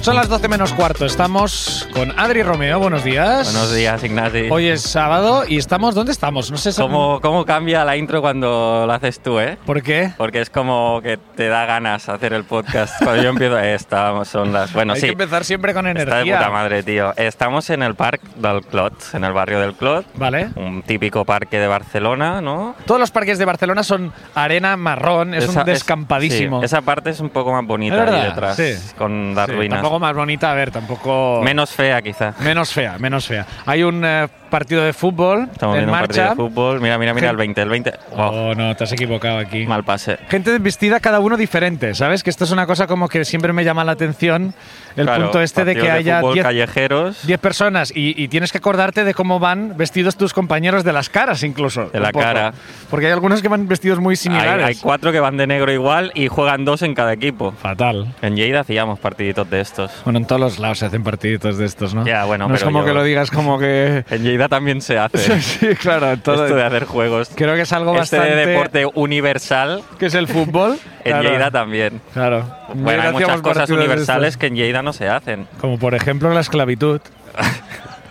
Son las 12 menos cuarto. Estamos con Adri Romeo. Buenos días. Buenos días, Ignati. Hoy es sábado y estamos. ¿Dónde estamos? No sé si- ¿Cómo, ¿Cómo cambia la intro cuando la haces tú, eh? ¿Por qué? Porque es como que te da ganas hacer el podcast. Cuando yo empiezo, estas son las. Bueno, Hay sí. que empezar siempre con Está de puta energía. madre, tío. Estamos en el Parc del Clot, en el barrio del Clot. Vale. Un típico parque de Barcelona, ¿no? Todos los parques de Barcelona son arena marrón, es Esa- un descampadísimo. sí, esa parte es un poco más bonita Es verdad, ahí detrás, sí. con las Sí, ruinas. Tampoco más bonita, a ver, tampoco. Menos fea, quizá. Menos fea, menos fea. Hay un eh, partido de fútbol Estamos en viendo un partido marcha. de fútbol. Mira, mira, mira, el Gen- 20, el 20. Wow, Oh, no, te has equivocado aquí. mal pase. Gente vestida cada uno diferente, ¿sabes? Que esto es una cosa como que siempre me llama la atención el Claro, punto este de que partidos haya fútbol 10 callejeros. 10 personas y, y tienes que acordarte de cómo van vestidos tus compañeros de las caras incluso. De la un poco. cara. Porque hay algunos que van vestidos muy Hay, similares. hay cuatro que van de negro igual y juegan dos en cada equipo. Fatal. En Lleida hacíamos partiditos de estos. Bueno, en todos los lados se hacen partiditos de estos, ¿no? Ya, bueno, No es pero como yo- que lo digas como que... En Lleida también se hace sí, claro. en todo- esto de hacer juegos. Creo que es algo Este bastante... de deporte universal que es el fútbol. en Claro, Lleida también. Claro. En Bueno, Lleida hay muchas hacíamos cosas partidos de universales estos. que en Lleida no se hacen. Como por ejemplo la esclavitud.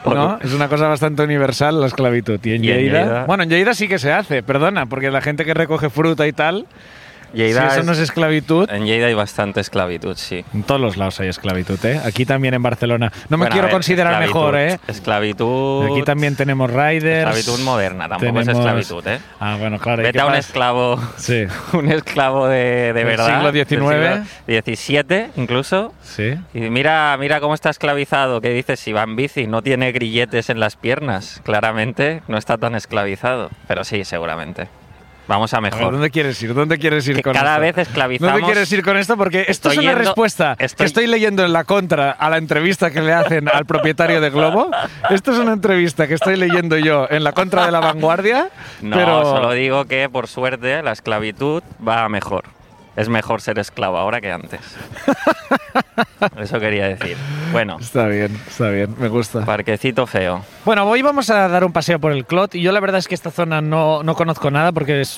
¿No? Es una cosa bastante universal la esclavitud. ¿Y en, Y en Lleida? Lleida- Bueno, en Lleida sí que se hace, perdona, porque la gente que recoge fruta y tal, Lleida si eso no es es- esclavitud, En Lleida hay bastante esclavitud, sí. en todos los lados hay esclavitud, ¿eh? Aquí también en Barcelona. No me Bueno, a quiero ver, considerar esclavitud- mejor, ¿eh? Esclavitud. Aquí también tenemos riders. Esclavitud moderna, tampoco es esclavitud, ¿eh? Ah, bueno, claro. ¿y qué Vete a un pasa? esclavo. Sí, Un esclavo de, de Del siglo verdad. XIX. Del siglo XVII, incluso. sí. Y mira, mira cómo está esclavizado, que dices, si va en bici, no tiene grilletes en las piernas. Claramente no está tan esclavizado, pero sí, seguramente. Vamos a A ver, mejor. ¿Dónde quieres ir? ¿Dónde quieres ir Que con cada esto? vez esclavizamos- ¿Dónde quieres ir con esto? Porque esto Estoy es una yendo- respuesta que estoy- estoy leyendo en la contra a la entrevista que le hacen al propietario de Globo. Esto es una entrevista que estoy leyendo yo en la contra de la vanguardia. No, pero solo digo que por suerte la esclavitud va a mejor. Es mejor ser esclavo ahora que antes. Eso quería decir. Bueno, Está bien, está bien, me gusta. parquecito feo. Bueno, hoy vamos a dar un paseo por el Clot y yo la verdad es que esta zona no, no conozco nada porque es...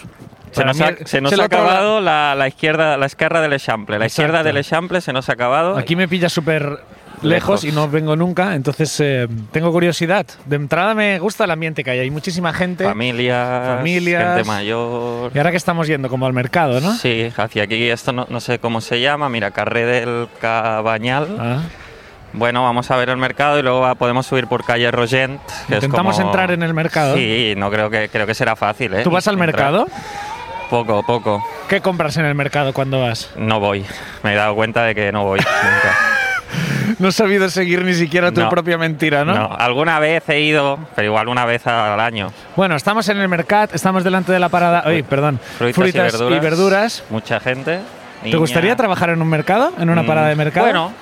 Se para nos mí ha, es se nos el ha otro lado. acabado la, la izquierda, la esquerra del Eixample. La izquierda Exacto. del Eixample se nos ha acabado. Aquí me pilla súper lejos Lejos. y no vengo nunca, entonces eh, tengo curiosidad. De entrada me gusta el ambiente que hay, hay muchísima gente. Familias, Familias. gente mayor. Y ahora que estamos yendo como al mercado, ¿no? Sí, hacia aquí, esto no, no sé cómo se llama, mira, Carré del Cabañal. Ah. Bueno, vamos a ver el mercado y luego va- podemos subir por calle Rogent. que es Intentamos como- entrar en el mercado. Sí, no creo que, creo que será fácil, ¿eh? ¿Tú vas al Entrar. mercado? Poco, poco. ¿Qué compras en el mercado cuando vas? No voy. Me he dado cuenta de que no voy nunca. No he sabido seguir ni siquiera tu No. propia mentira, ¿no? No, alguna vez he ido, pero igual una vez al año. Bueno, estamos en el mercado, estamos delante de la parada. Oye, perdón. Fruitas, y, verduras, Mucha gente. ¿Te gustaría trabajar en un mercado? ¿En una parada de mercado? Mm. Bueno,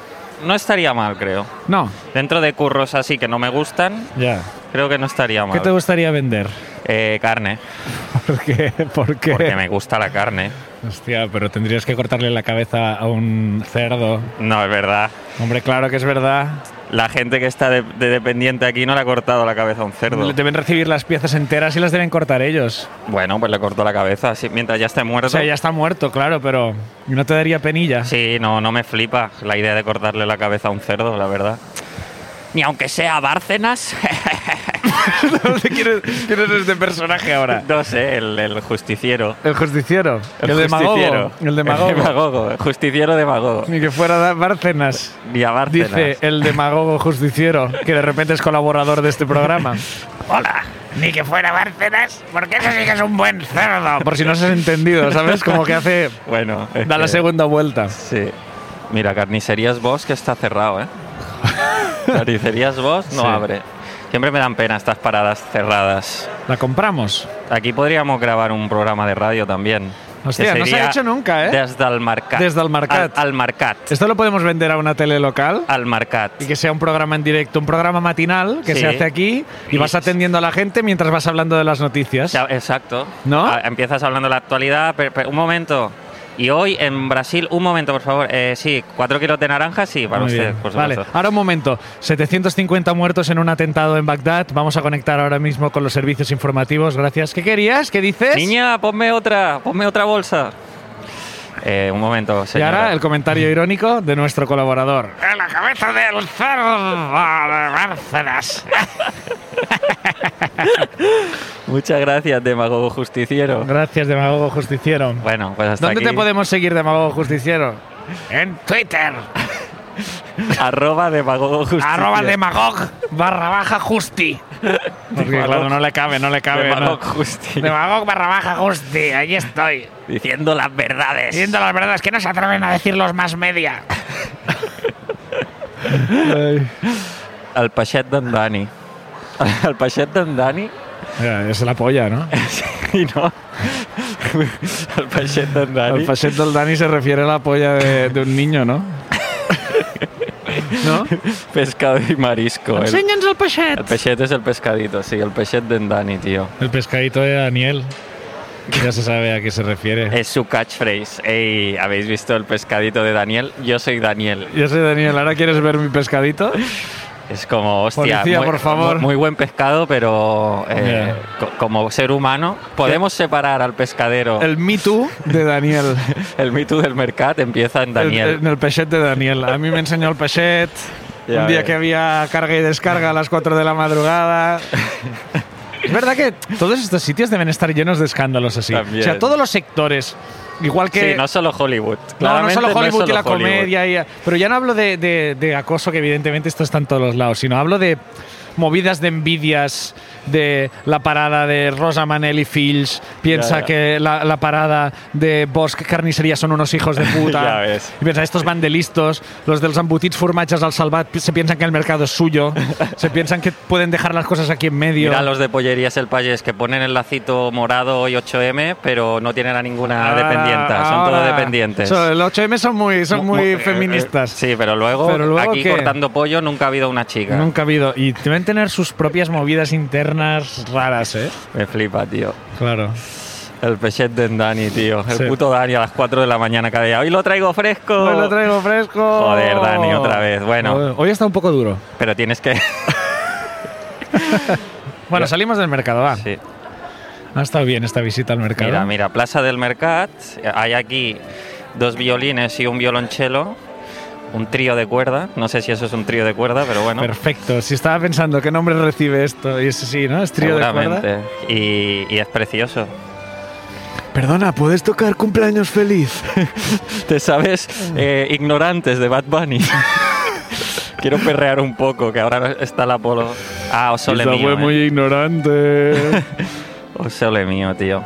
no estaría mal, creo. No. Dentro de curros así que no me gustan, Ya. creo que no estaría mal. ¿Qué te gustaría vender? Eh, carne, ¿Por qué? ¿Por qué? porque me gusta la carne. Hostia, pero tendrías que cortarle la cabeza a un cerdo. No, es verdad. Hombre, claro que es verdad. La gente que está de, de dependiente aquí no le ha cortado la cabeza a un cerdo. Le Deben recibir las piezas enteras y las deben cortar ellos. Bueno, pues le cortó la cabeza así, mientras ya esté muerto. O sea, ya está muerto, claro, pero no te daría penilla. Sí, no, no me flipa la idea de cortarle la cabeza a un cerdo, la verdad. Ni aunque sea Bárcenas. ¿Quién es, quién es este personaje ahora? no sé, el, el justiciero. El justiciero. El, justiciero. demagogo. El demagogo. El demagogo. el Justiciero demagogo. Ni que fuera Da- Bárcenas. Ni a Bárcenas. Dice el demagogo justiciero, que de repente es colaborador de este programa. Hola. Ni que fuera Bárcenas, porque eso sí que es un buen cerdo. Por si no se has entendido, ¿sabes? Como que hace. Bueno. es Da la que- segunda vuelta. Sí. Mira, Carnicerías Bosch que está cerrado, ¿eh? Carnicerías Bosch no Sí. abre. Siempre me dan pena estas paradas cerradas. La compramos. Aquí podríamos grabar un programa de radio también. Hostia, Que no se sería ha hecho nunca, ¿eh? Desde el Mercat. Desde el Mercat. Al, al Mercat. Esto lo podemos vender a una tele local Al Mercat. y que sea un programa en directo, un programa matinal que Sí. se hace aquí y Y- vas atendiendo a la gente mientras vas hablando de las O noticias. sea, Exacto. ¿No? Ah, empiezas hablando de la actualidad, pero, pero un momento. Y hoy en Brasil, un momento, por favor. Eh, sí, cuatro kilos de naranjas, sí, para Muy usted, bien. por supuesto. Vale, Ah, ahora un momento. 750 muertos en un atentado en Bagdad. Vamos a conectar ahora mismo con los servicios informativos. Gracias. ¿Qué querías? ¿Qué dices? Niña, ponme otra, ponme otra bolsa. Eh, un momento, Y señora. ahora el comentario irónico de nuestro colaborador. A la cabeza del cerdo de Bárcenas. Muchas gracias, demagogo justiciero. Gracias, Demagogo Justiciero. Bueno, pues hasta ¿Dónde aquí. te podemos seguir, Demagogo Justiciero? En Twitter, Arroba demagogo justiciero. arroba demagog barra baja justi. Porque claro, no le cabe, no le cabe. Demagogo ¿no? justi. Demagog barra baja justi, allí estoy. Diciendo las verdades. Diciendo las verdades que no se atreven a decir los más media. El peixet d'en Dani. El peixet d'en Dani Mira, Es la polla, ¿no? i no... El peixet d'en Dani... El facet del Dani se refiere a la polla de, de un niño, ¿no? ¿No? Pescado i marisco. El, el pachet. el peixet és el pescadito, sí, el peixet d'en Dani, tio. El pescadito de Daniel. Ya se sabe a qué se refiere. Es su catchphrase. Ey, ¿habéis visto el pescadito de Daniel? Yo soy Daniel. Yo soy Daniel, ¿ahora quieres ver mi pescadito? Es como, hostia, Policía, por favor. muy- muy buen pescado, pero eh, Yeah. co- como ser humano, podemos separar al pescadero. El, El Me Too de Daniel. mito del mercado empieza en Daniel. El- en el pechet de Daniel. A mí me enseñó el pechet. Ya un día ves. que había carga y descarga a las 4 de la madrugada. es verdad que todos estos sitios deben estar llenos de escándalos así. También. O sea, todos los sectores. Igual que. Sí, no solo Hollywood. No, no Claramente solo Hollywood solo y la Hollywood. comedia. y- pero ya no hablo de, de- de acoso, que evidentemente esto está en todos los lados, sino hablo de movidas de envidias, de la parada de Rosa Manelli Fields, piensa Ya, ya. que la, la parada de Bosch Carnicería son unos hijos de puta. Ya ves. Y piensa, estos van de listos, los dels embotits formatges al salvat pi- se piensan que el mercado es suyo, se piensan que pueden dejar las cosas aquí en medio. Mira los de Pollerías El Payés que ponen el lacito morado y 8M, pero no tienen a ninguna Ahora- dependienta. Son todos ahora- dependientes. So, los 8M son muy, son Mu- muy mu- feministas. eh, Sí, pero luego, Pero luego, aquí ¿qué? cortando pollo nunca ha habido una chica. Nunca ha habido. Y deben tener sus propias movidas internas raras, ¿eh? Me flipa, tío. Claro. El pechet de Dani, tío. El Sí. puto Dani a las 4 de la mañana cada día. Hoy lo traigo fresco. Hoy lo traigo fresco. Joder, Dani, otra vez. Bueno. Joder, Hoy está un poco duro. Pero tienes que. Bueno, salimos del mercado, va. Sí. Ha estado bien esta visita al mercado. Mira, mira, Plaza del Mercat. Hay aquí dos violines y un violonchelo. Un trío de cuerda. No sé si eso es un trío de cuerda, pero bueno. Perfecto. Si estaba pensando qué nombre recibe esto, y es sí, ¿no? Es trío de cuerda. Seguramente. Y, y es precioso. Perdona, ¿puedes tocar cumpleaños feliz? Te sabes eh, ignorantes de Bad Bunny. Quiero perrear un poco, que ahora está el Apolo. Ah, Osole Esta mío. fue eh. muy ignorante. Osole mío, tío.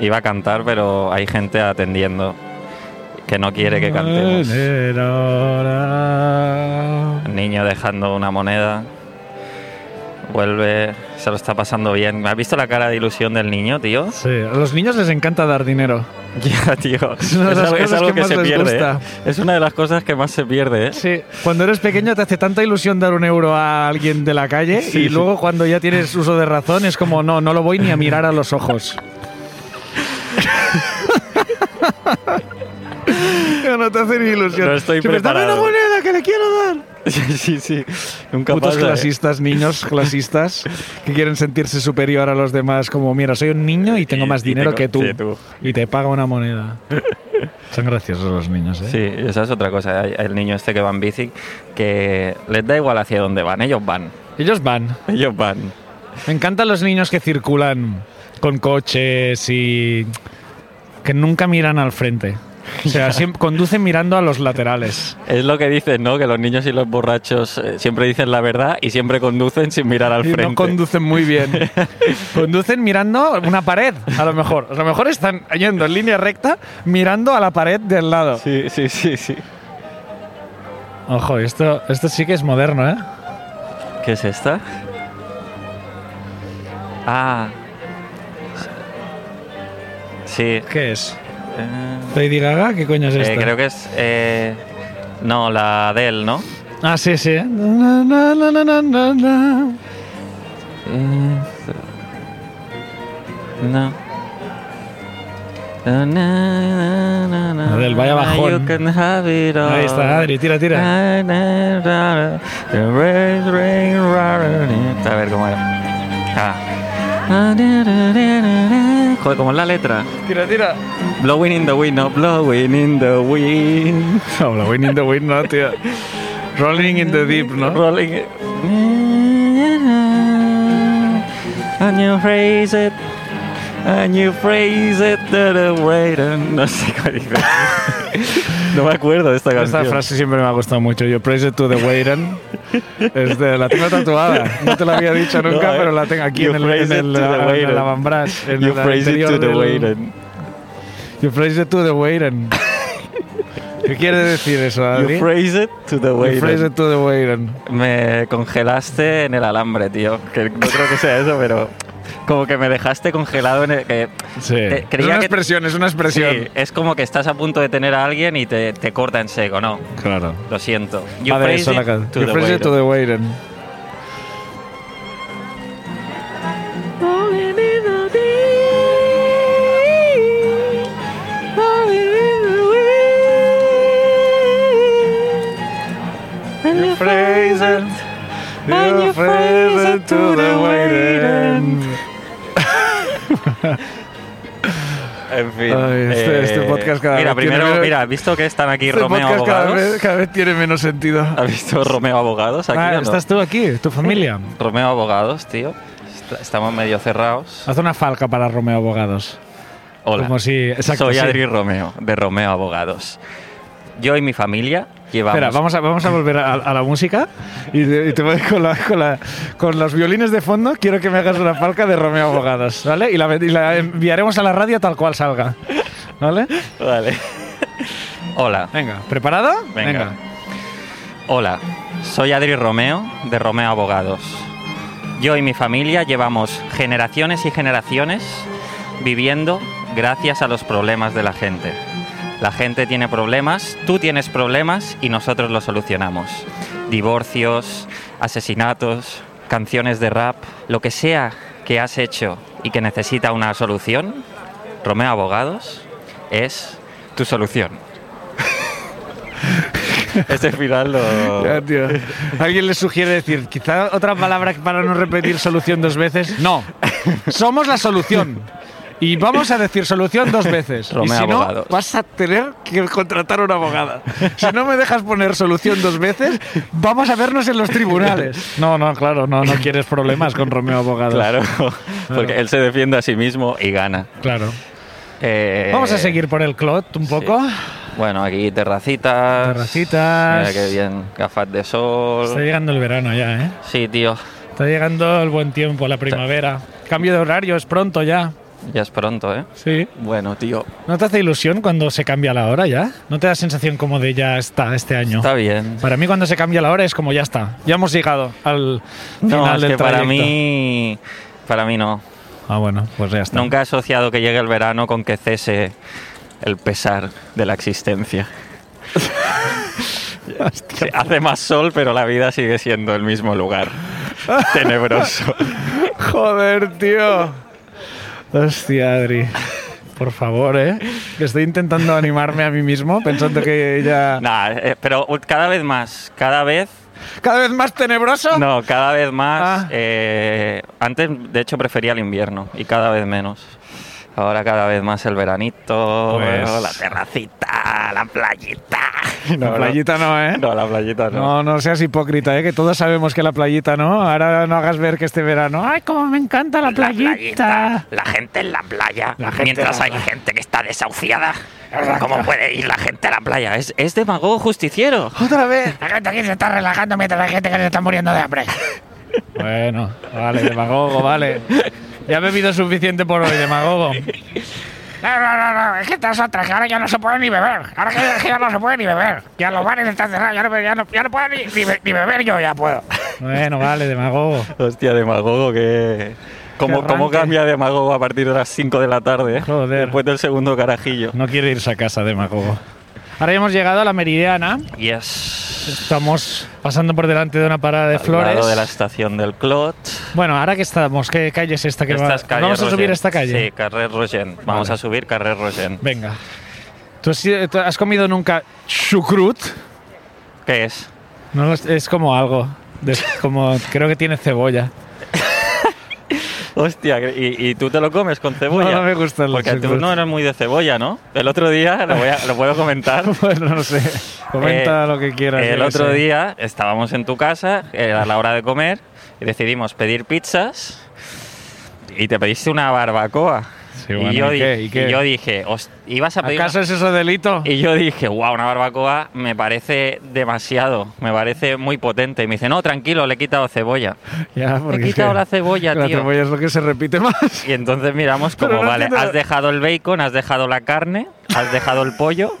Iba a cantar, pero hay gente atendiendo que no quiere que cantemos. El niño dejando una moneda. Vuelve, se lo está pasando bien. ¿Me has visto la cara de ilusión del niño, tío? Sí, a los niños les encanta dar dinero. Ya, tío. Es una de las algo- cosas que más les gusta. ¿eh? Es una de las cosas que más se pierde, ¿eh? Sí, cuando eres pequeño te hace tanta ilusión dar un euro a alguien de la calle Sí, y sí. luego cuando ya tienes uso de razón es como, no, no lo voy ni a mirar a los ojos. no te hace ni ilusión. No estoy Siempre, "Dame preparado". una moneda que le quiero dar. Sí, sí, sí. Nunca Putos pasa, ¿eh? clasistas, niños clasistas que quieren sentirse superior a los demás. Como, mira, soy un niño y tengo Y- más y dinero tengo- que, tú, que tú. Y te paga una moneda. Son graciosos los niños, ¿eh? Sí, esa es otra cosa. Hay- El niño este que va en bici, que les da igual hacia dónde van. Ellos van. Ellos van. Ellos van. Me encantan los niños que circulan con coches y que nunca miran al frente. O sea, siempre conducen mirando a los laterales. Es lo que dicen, ¿no? Que los niños y los borrachos eh, siempre dicen la verdad y siempre conducen sin mirar al Y frente. no conducen muy bien. Conducen mirando una pared, a lo mejor. A lo mejor están yendo en línea recta mirando a la pared del lado. Sí, sí, sí, sí. Ojo, esto, esto sí que es moderno, ¿eh? ¿Qué es esta? Ah. Sí. ¿Qué es? eh, Lady Gaga, ¿qué coño es eh, esto? creo que es. eh, no, la de él, ¿no? Ah, sí, sí. Na, na, na, na, na, na, na. Eh, No. Adele, vaya bajón. You can have it all. Ahí está, Adri, tira, tira. A ver cómo era. Ah. Joder, ¿cómo es la letra? Tira, tira. Blowing in the wind, no blowing in the wind. No, la Win in the Wind, no, tío. Rolling in the Deep, ¿no? Rolling it. And you phrase it. And you phrase it to the waiter. No sé qué dice. No me acuerdo de esta canción. Esta frase siempre me ha gustado mucho. Yo praise it to the waiting. Es de- la tengo tatuada. No te la había dicho No, nunca, eh. pero la tengo aquí You en el, en praise it el, to the en el waiting. avambras, en You el phrase it to anterior the del- waiter. You praise it to the waiting. ¿Qué quiere decir eso, Adri? You phrase it to the You praise waiter. it to the waiting. Me congelaste en el alambre, tío. Que no creo que sea eso, pero como que me dejaste congelado en el que Sí. Eh, es creía una que- expresión, es una sí, expresión. es como que estás a punto de tener a alguien y te, te corta en seco, no. Claro. Lo siento. Va de eso la canción. You praise it to the waiting. You praise it. And You you praise praise it to the waiting. En fin. eh, Ay, este- este podcast cada Mira, vez tiene primero, menos- mira, ¿has visto que están aquí Este Romeo podcast cada vez, Abogados? cada vez tiene menos sentido. ¿Has visto Romeo Abogados aquí? Ah, o no? estás tú aquí, tu familia. Romeo Abogados, tío. Est- Estamos medio cerrados. Haz una falca para Romeo Abogados. Hola. Como si- exacto, Soy sí. Adri Romeo, de Romeo Abogados. Yo y mi familia llevamos. Espera, vamos a, vamos a volver a, a la música y te, y te voy con, la- con la- con los violines de fondo. Quiero que me hagas una falca de Romeo Abogados, ¿vale? Y la, y la enviaremos a la radio tal cual salga, ¿vale? Vale. Hola. Venga, ¿preparado? Venga. Hola, soy Adri Romeo de Romeo Abogados. Yo y mi familia llevamos generaciones y generaciones viviendo gracias a los problemas de la gente. La gente tiene problemas, tú tienes problemas y nosotros los solucionamos. Divorcios, asesinatos, canciones de rap, lo que sea que has hecho y que necesita una solución, Romeo Abogados es tu solución. Este final lo... Ya, tío. Alguien le sugiere decir, quizá otra palabra para no repetir solución dos veces. No, somos la solución. Y vamos a decir solución dos veces. y Romeo si Abogados. no, vas a tener que contratar una abogada. Si no me dejas poner solución dos veces, vamos a vernos en los tribunales. No, no, claro, no, no quieres problemas con Romeo Abogados. Claro, porque él se defiende a sí mismo y gana. claro. Eh, Vamos a seguir por el clot un poco. Bueno, aquí terracitas. Terracitas. Mira qué bien, gafas de sol. Está llegando el verano ya, ¿eh? Sí, tío, Está llegando el buen tiempo, la primavera. Cambio de horario, es pronto ya. ya es pronto, ¿eh? Sí. Bueno, tío, ¿No te hace ilusión cuando se cambia la hora ya? ¿No te da sensación como de ya está este año? está bien. Para mí cuando se cambia la hora es como ya está. Ya hemos llegado al final No, es del que para trayecto. mí, para mí no. Ah, bueno, pues ya está. Nunca he asociado que llegue el verano con que cese el pesar de la existencia. Sí, hace más sol, pero la vida sigue siendo el mismo lugar. Tenebroso. Joder, tío. Hostia, Adri. Por favor, ¿eh? Que Estoy intentando animarme a mí mismo pensando que ya... Nah, eh, pero u- cada vez más, cada vez, ¿Cada vez más tenebroso? no, cada vez más. Ah. eh, antes, de hecho, prefería el invierno y cada vez menos. Ahora cada vez más el veranito, Pues- bueno, la terracita, la playita. La playita no, ¿eh? No, la playita No, no. no seas hipócrita, ¿eh? que todos sabemos que la playita no. Ahora no hagas ver que este verano. ¡Ay, cómo me encanta la playita! La gente en la playa. La gente mientras en la hay playa. gente que está desahuciada. ¿Cómo puede ir la gente a la playa? Es, es demagogo justiciero. ¡Otra vez! La gente aquí se está relajando mientras hay gente que se está muriendo de hambre. Bueno, vale, demagogo, vale. Ya he bebido suficiente por hoy, demagogo. No, no, no, no, es que estas otras que ahora ya no se puede ni beber. Ahora que, que ya no se puede ni beber. Ya los bares están cerrados, ya no, ya no, ya no puedo ni, ni be- ni beber yo, ya puedo. Bueno, vale, demagogo. Hostia, demagogo, que. ¿Cómo, Qué ¿Cómo arranque. cambia demagogo a partir de las 5 de la tarde? eh? Joder. Después del segundo carajillo. No quiere irse a casa, demagogo. Ahora ya hemos llegado a la meridiana. Yes. Estamos pasando por delante de una parada de Al lado flores. de la estación del Clot. Bueno, ahora que estamos, ¿qué calle es esta que Esta va- es calle Vamos a subir Rogent. esta Sí, calle. Carrer Rogent. Vamos Vale. a subir Carrer Rogent. Venga. ¿Tú has, sido- tú has comido nunca chucrut? ¿Qué es? No, lo sé, es como algo. de- como creo que tiene cebolla. Hostia, y, y tú te lo comes con cebolla. No, no me gustan los Porque tú chucrut. no eres muy de cebolla, ¿no? El otro día, lo, voy a- lo puedo comentar. Bueno, no sé. Comenta Eh, lo que quieras. yo El qué otro sé. día estábamos en tu casa, era la hora de comer, y decidimos pedir pizzas y te pediste una barbacoa. Sí, bueno, y, ¿y yo di- qué? ¿y qué? y yo dije, "Host- ibas a pedir... ¿Acaso una-". es eso delito? Y yo dije, wow, una barbacoa me parece demasiado, me parece muy potente. Y me dice, no, tranquilo, le he quitado cebolla. Ya, porque es quitado que la cebolla, la tío. cebolla es lo que se repite más. Y entonces miramos como, Pero no vale, entiendo- has dejado el bacon, has dejado la carne, has dejado el pollo,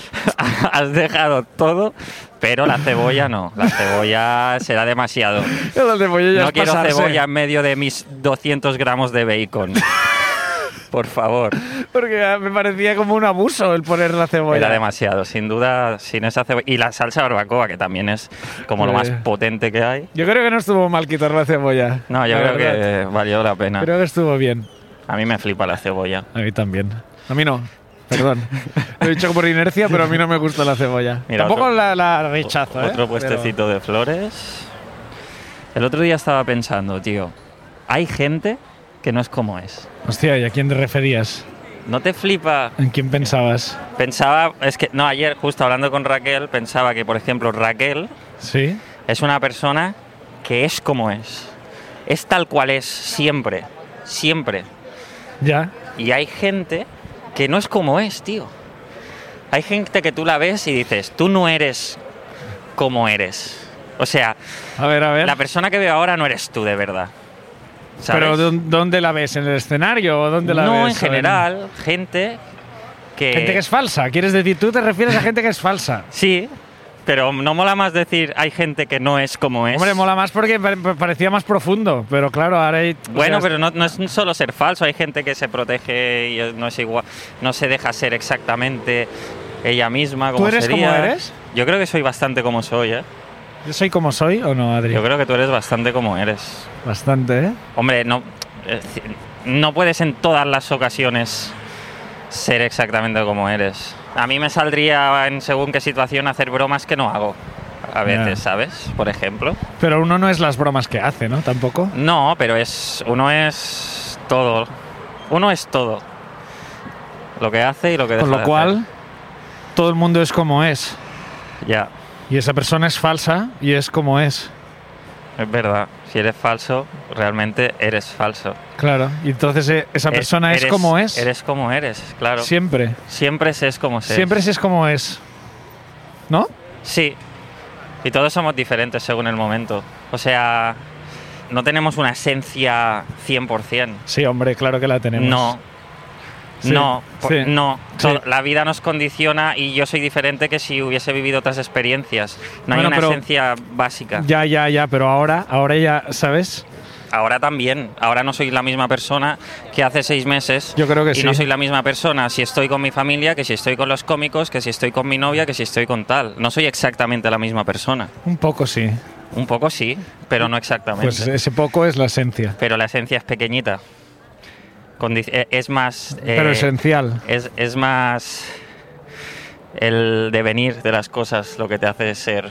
has dejado todo, pero la cebolla no, la cebolla será demasiado. La cebolla ya no es quiero pasarse. cebolla en medio de mis 200 gramos de bacon. Por favor, Porque ya me parecía como un abuso el poner la cebolla. era demasiado, sin duda, sin esa cebolla. Y la salsa barbacoa, que también es como lo más Eh. potente que hay. Yo creo que no estuvo mal quitar la cebolla. No, yo la creo verdad. que valió la pena. Creo que estuvo bien. A mí me flipa la cebolla. A mí también. A mí no. Perdón. Lo he dicho por inercia, pero a mí no me gusta la cebolla. Mira, Tampoco otro- la, la rechazo, ¿eh? Otro Pero- puestecito de flores. El otro día estaba pensando, tío, hay gente que no es como es. Hostia, ¿y a quién te referías? ¿No te flipa? ¿En quién pensabas? Pensaba, es que, no, ayer justo hablando con Raquel, pensaba que, por ejemplo, Raquel ¿Sí? es una persona que es como es. Es tal cual es, siempre, siempre. ¿Ya? Y hay gente que no es como es, tío. Hay gente que tú la ves y dices, tú no eres como eres. O sea, A ver, a ver. La persona que veo ahora no eres tú de verdad. ¿sabes? ¿Pero dó- dónde la ves? ¿En el escenario o dónde la ves? no, en ¿O general, gente que. Gente que es falsa. ¿Quieres decir, tú te refieres a gente que es falsa? Sí, pero no mola más decir hay gente que no es como es. Hombre, mola más porque pa- pa- parecía más profundo, pero claro, ahora hay... o Bueno, sea, pero no, no es solo ser falso, hay gente que se protege y no es igual, no se deja ser exactamente ella misma. ¿Tú Como eres como sería. eres? Yo creo que soy bastante como soy, ¿eh? ¿Yo soy como soy o no, Adri? Yo creo que tú eres bastante como eres. Bastante, ¿eh? Hombre, no, es decir, no puedes en todas las ocasiones ser exactamente como eres. A mí me saldría en según qué situación hacer bromas que no hago. A veces, Ya. ¿sabes? Por ejemplo. Pero uno no es las bromas que hace, ¿no? Tampoco. No, pero es uno es todo. Uno es todo. Lo que hace y lo que deja Con de lo hacer. cual, todo el mundo es como es. Ya, Y esa persona es falsa y es como es. es verdad. Si eres falso, realmente eres falso. Claro. Y entonces eh, esa E- persona es eres- como es. Eres como eres, claro. Siempre. Siempre se es como se es. Siempre es como es. ¿No? Sí. Y todos somos diferentes según el momento. O sea, no tenemos una esencia 100%. Sí, hombre, claro que la tenemos. No. Sí, no, por- sí, no. sí. Todo- La vida nos condiciona y yo soy diferente que si hubiese vivido otras experiencias. No hay Bueno, una pero- esencia básica. Ya, ya, ya, pero ahora, ahora ya, ¿sabes? Ahora también. Ahora no soy la misma persona que hace seis meses. Yo creo que sí. y no soy la misma persona si estoy con mi familia, que si estoy con los cómicos, que si estoy con mi novia, que si estoy con tal. No soy exactamente la misma persona. Un poco sí. Un poco sí, pero no exactamente. Pues ese poco es la esencia. pero la esencia es pequeñita. Condi- eh, es más. eh, pero esencial. es, es más. El devenir de las cosas lo que te hace ser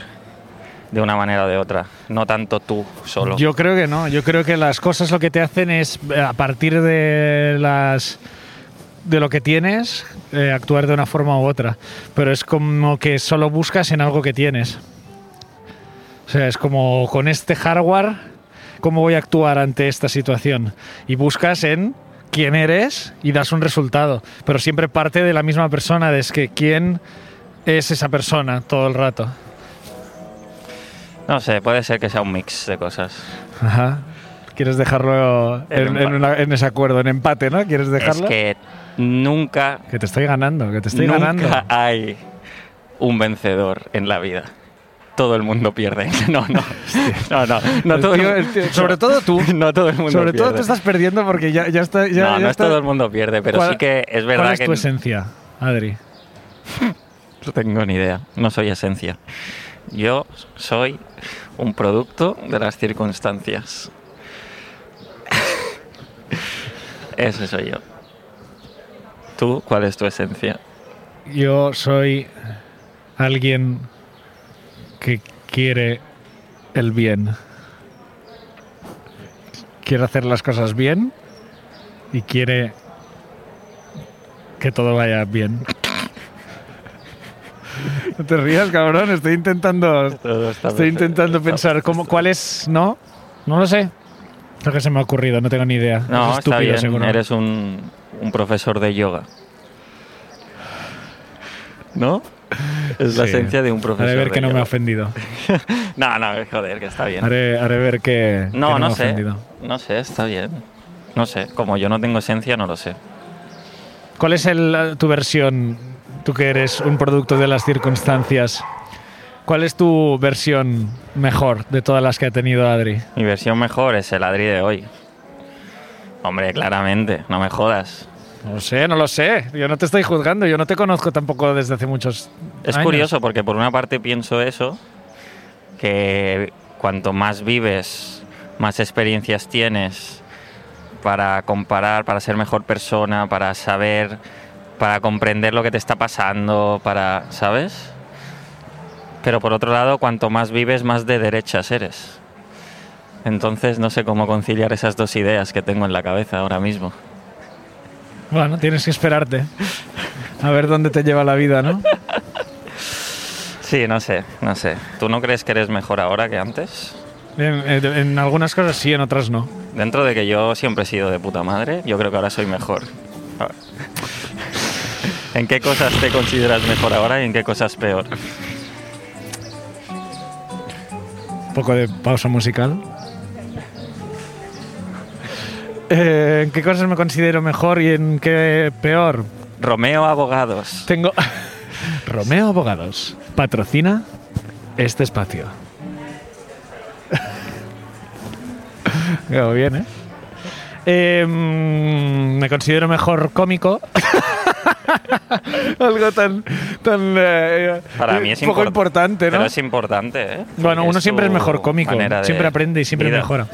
de una manera o de otra. No tanto tú solo. Yo creo que no. Yo creo que las cosas lo que te hacen es, eh, a partir de las de lo que tienes, eh, actuar de una forma u otra. Pero es como que solo buscas en algo que tienes. O sea, es como con este hardware, ¿cómo voy a actuar ante esta situación? Y buscas en quién eres y das un resultado. Pero siempre parte de la misma persona, de es que quién es esa persona todo el rato. No sé, puede ser que sea un mix de cosas. Ajá. ¿Quieres dejarlo En en, empa- en una- en ese acuerdo, en empate, no? ¿Quieres dejarlo? Es que nunca, Que te estoy ganando, que te estoy nunca ganando. hay un vencedor en la vida. Todo el mundo pierde. No, no. No, no. no El todo el tío- mu- el tío- sobre todo tú. No todo el mundo Sobre todo pierde. tú estás perdiendo porque ya, ya está. Ya, ya no, no está- es todo el mundo pierde, pero ¿Cuál- sí que es verdad ¿Cuál es que tu esencia, Adri? no tengo ni idea. No soy esencia. Yo soy un producto de las circunstancias. Ese soy yo. ¿Tú cuál es tu esencia? Yo soy alguien que quiere el bien. quiere hacer las cosas bien y quiere que todo vaya bien. No te rías, cabrón. Estoy intentando, Todo está estoy perfecto, intentando está pensar cómo, cuál es, ¿no? No lo sé. Lo que se me ha ocurrido, no tengo ni idea. No, es está estúpido, bien. seguro. Eres un, un profesor de yoga. ¿No? Es la Sí. esencia de un profesor. Haré ver de que no me ha yoga. ofendido. No, no, joder, que está bien. Haré, haré ver que. que no, me no, ha sé. ofendido. No sé, está bien. No sé, como yo no tengo esencia, no lo sé. ¿Cuál es el- eh, tu versión, tú que eres un producto de las circunstancias? ¿Cuál es tu versión mejor de todas las que ha tenido Adri? Mi versión mejor es el Adri de hoy. Hombre, claramente, no me jodas. No lo sé, no lo sé. Yo no te estoy juzgando, yo no te conozco tampoco desde hace muchos Es años. curioso porque por una parte pienso eso, que cuanto más vives, más experiencias tienes para comparar, para ser mejor persona, para saber, para comprender lo que te está pasando, para, ¿sabes? Pero por otro lado, cuanto más vives, más de derechas eres. Entonces no sé cómo conciliar esas dos ideas que tengo en la cabeza ahora mismo. Bueno, tienes que esperarte. A ver dónde te lleva la vida, ¿no? Sí, no sé, no sé. ¿Tú no crees que eres mejor ahora que antes? En, en- eh, en algunas cosas sí, en otras no. Dentro de que yo siempre he sido de puta madre, yo creo que ahora soy mejor. A ver. ¿En qué cosas te consideras mejor ahora y en qué cosas peor? Un poco de pausa musical. Eh, ¿En qué cosas me considero mejor y en qué peor? Romeo Abogados. Tengo. Romeo Abogados patrocina este espacio. Quedó bien, ¿eh? Eh, mm, me considero mejor cómico. Algo tan. tan eh, Para mí es un poco import- importante, ¿no? Pero es importante, ¿eh? Bueno, Porque uno es siempre es tu mejor cómico, manera de siempre aprende y siempre vida. mejora.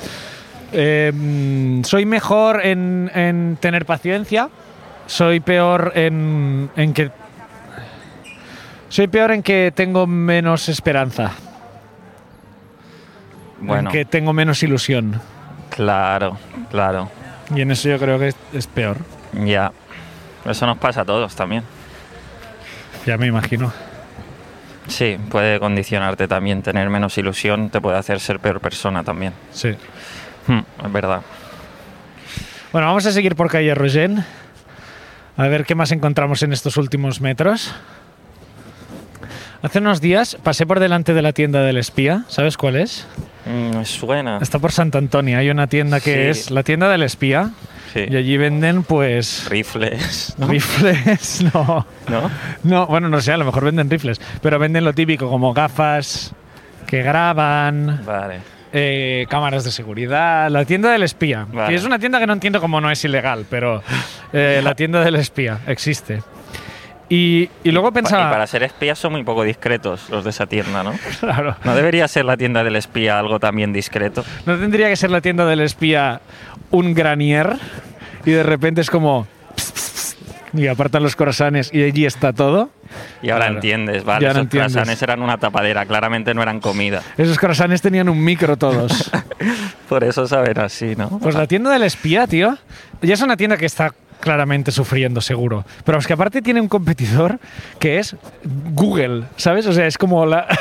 Eh, mm, soy mejor en, en tener paciencia, soy peor en, en que... Soy peor en que tengo menos esperanza, Bueno, en que tengo menos ilusión. claro, claro. Y en eso yo creo que es, es peor, Ya. Eso nos pasa a todos también. ya me imagino. Sí, puede condicionarte también. Tener menos ilusión te puede hacer ser peor persona también. Sí. Hmm, es verdad. Bueno, vamos a seguir por calle Rogén. A ver qué más encontramos en estos últimos metros. Hace unos días pasé por delante de la tienda del espía. ¿Sabes cuál es? Mm, me suena. Está por Santo Antonio. Hay una tienda que Sí. es la tienda del espía. Sí. Y allí venden, pues. Rifles. Rifles, no. ¿No? No, bueno, no sé, a lo mejor venden rifles. Pero venden lo típico, como gafas que graban, Vale. eh, cámaras de seguridad, la tienda del espía. Vale. Que es una tienda que no entiendo cómo no es ilegal, pero eh, la tienda del espía existe. Y, y luego pensaba, Y para ser espías son muy poco discretos los de esa tienda, ¿no? claro, ¿No debería ser la tienda del espía algo también discreto? ¿no tendría que ser la tienda del espía un granier? Y de repente es como... "Psst, psst, psst", Y apartan los corazones y allí está todo. Y ahora Claro. entiendes, vale, Ya esos ahora entiendes. croissants eran una tapadera, claramente no eran comida. Esos corazones tenían un micro todos. Por eso saben así, ¿no? Pues la tienda del espía, tío, ya es una tienda que está claramente sufriendo, seguro. Pero es que aparte tiene un competidor que es Google, ¿sabes? O sea, es como la...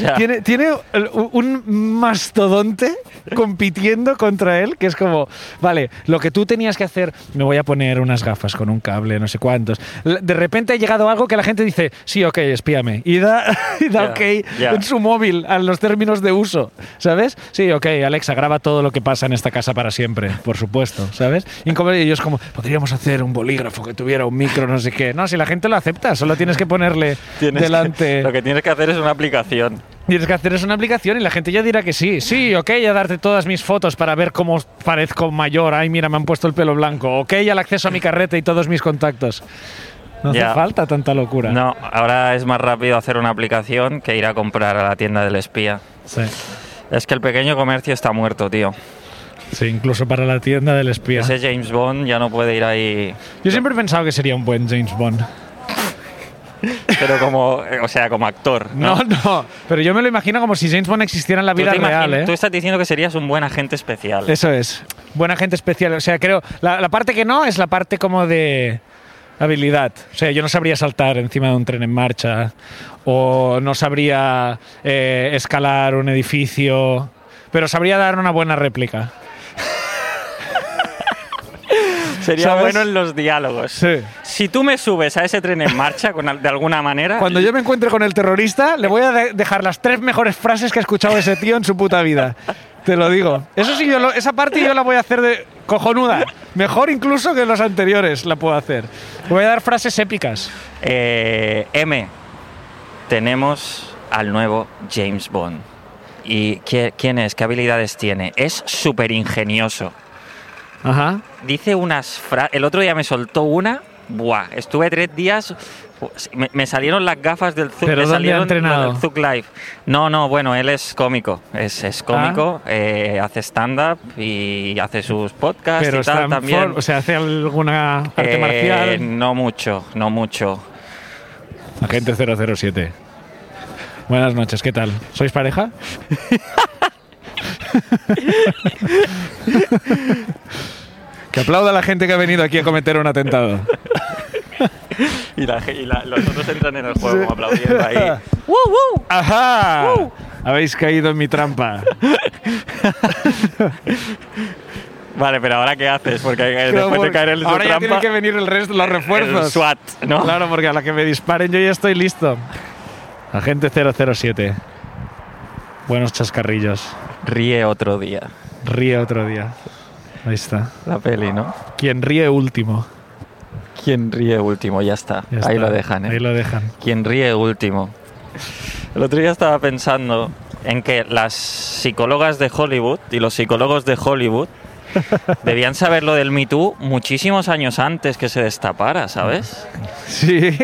Ya. tiene, tiene el- un mastodonte compitiendo contra él, que es como, vale, lo que tú tenías que hacer, me voy a poner unas gafas con un cable, no sé cuántos. L- De repente ha llegado algo que la gente dice, sí, ok, espíame. Y da, y da Ya, ok ya. en su móvil a los términos de uso, ¿sabes? Sí, ok, Alexa, graba todo lo que pasa en esta casa para siempre, por supuesto, ¿sabes? Y como- y ellos como, podríamos hacer un bolígrafo que tuviera un micro, no sé qué. No, si la gente lo acepta, solo tienes que ponerle Tienes que- delante... lo que tienes que hacer es una aplicación. Tienes que hacer es una aplicación y la gente ya dirá que sí. Sí, ok, a darte todas mis fotos para ver cómo parezco mayor. Ay, mira, me han puesto el pelo blanco. Ok, al acceso a mi carreta y todos mis contactos. No Ya. hace falta tanta locura. No, ahora es más rápido hacer una aplicación que ir a comprar a la tienda del espía. Sí. Es que el pequeño comercio está muerto, tío. Sí, incluso para la tienda del espía. Ese James Bond ya no puede ir ahí. Yo siempre he pensado que sería un buen James Bond. pero como, eh, o sea, como actor. No, no. Pero yo me lo imagino como si James Bond existiera en la Tú, vida te imaginas- real, ¿eh? tú estás diciendo que serías un buen agente especial. Eso es. Buena gente especial. O sea, creo. La, la parte que no es la parte como de habilidad. O sea, yo no sabría saltar encima de un tren en marcha. O no sabría eh, escalar un edificio. Pero sabría dar una buena réplica. Sería ¿Sabes? bueno en los diálogos. Sí. Si tú me subes a ese tren en marcha con al- de alguna manera, Cuando yo me encuentre con el terrorista, le voy a de- dejar las tres mejores frases que ha escuchado ese tío en su puta vida. Te lo digo. Eso sí, yo lo- esa parte yo la voy a hacer de cojonuda. Mejor incluso que los anteriores la puedo hacer. Voy a dar frases épicas. Eh, M, tenemos al nuevo James Bond. ¿Y qué- quién es? ¿Qué habilidades tiene? Es súper ingenioso. Ajá. Dice unas frases. El otro día me soltó una. Buah, estuve tres días. Me, me salieron las gafas del Zuc. ¿Pero me dónde ha salieron entrenado? las del Zuc Life. No, no, bueno, él es cómico. Es, es cómico, Ah. eh, hace stand-up y hace sus podcasts Pero y tal está en también. forma, o sea, hace alguna arte Eh, marcial. No mucho, no mucho. Agente 007. Buenas noches, ¿qué tal? ¿Sois pareja? que aplauda a la gente que ha venido aquí a cometer un atentado. Y, la ge- y la- los otros entran en el juego como aplaudiendo ahí. ¡Woo, woo! ¡Ajá! Habéis caído en mi trampa. Vale, pero ahora qué haces? Porque eh, Pero después de por- caer en su ahora ya trampa, tienen que venir el resto, los refuerzos. el SWAT, ¿no? Claro, porque a la que me disparen yo ya estoy listo. Agente 007. Buenos chascarrillos. Ríe otro día. Ríe otro día. Ahí está. La peli, ¿no? Quien ríe último. Quien ríe último, ya está. Ya está. ahí lo dejan, ¿eh? Ahí lo dejan. Quien ríe último. El otro día estaba pensando en que las psicólogas de Hollywood y los psicólogos de Hollywood debían saber lo del Me Too muchísimos años antes que se destapara, ¿sabes? Sí,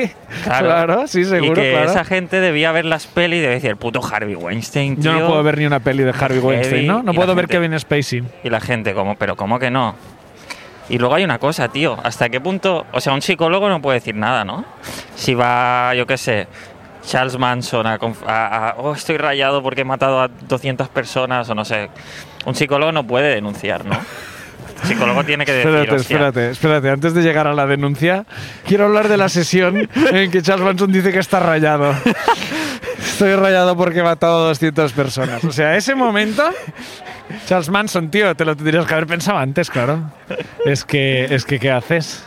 claro, sí, seguro. Y que claro. esa gente debía ver las pelis y debía decir, el puto Harvey Weinstein, Yo no tío". puedo ver ni una peli de Harvey Heavy, Weinstein, ¿no? No y la puedo ver gente- Kevin Spacey. Y la gente, como, pero ¿cómo que no? Y luego hay una cosa, tío, ¿hasta qué punto? O sea, un psicólogo no puede decir nada, ¿no? Si va, yo qué sé, Charles Manson a, conf- a- a, oh, estoy rayado porque he matado a 200 personas o no sé. Un psicólogo no puede denunciar, ¿no? El psicólogo tiene que decir, Espérate, "Hostia, espérate, espérate. Antes de llegar a la denuncia, quiero hablar de la sesión en que Charles Manson dice que está rayado. Estoy rayado porque he matado a 200 personas. O sea, ese momento, Charles Manson, tío, te lo tendrías que haber pensado antes, claro. Es que, es que ¿qué haces?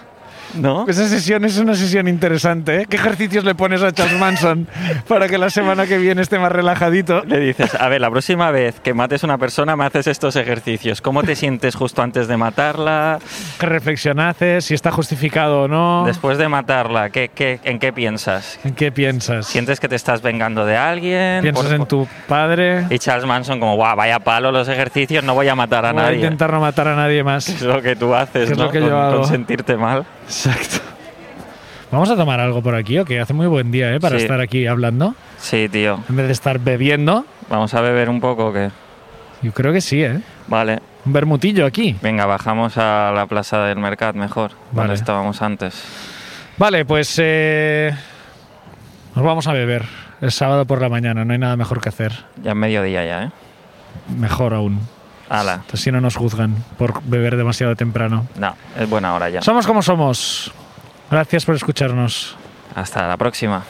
¿no? Esa sesión es una sesión interesante, ¿eh? ¿Qué ejercicios le pones a Charles Manson para que la semana que viene esté más relajadito? Le dices, a ver, la próxima vez que mates a una persona me haces estos ejercicios. ¿Cómo te sientes justo antes de matarla? Que reflexionaces, si está justificado o no. Después de matarla, ¿qué, qué, en qué piensas? ¿En qué piensas? ¿Sientes que te estás vengando de alguien? ¿Piensas Por- en tu padre? Y Charles Manson como, guau, vaya palo los ejercicios, no voy a matar a Voy a nadie. intentar no matar a nadie Es más. lo que tú haces, Es ¿no? lo que con, yo hago. con sentirte mal. Exacto. Vamos a tomar algo por aquí, ¿o qué? Hace muy buen día, ¿eh? Para Sí. estar aquí hablando. Sí, tío. En vez de estar bebiendo. Vamos a beber un poco, que Yo creo que sí, ¿eh? Vale. Un bermutillo aquí. Venga, bajamos a la plaza del Mercat mejor, Vale. donde estábamos antes. Vale, pues eh, nos vamos a beber. Es sábado por la mañana, no hay nada mejor que hacer. Ya es mediodía ya, ¿eh? Mejor aún. Ala. Así no nos juzgan por beber demasiado temprano. No, es buena hora ya. Somos como somos. Gracias por escucharnos. Hasta la próxima.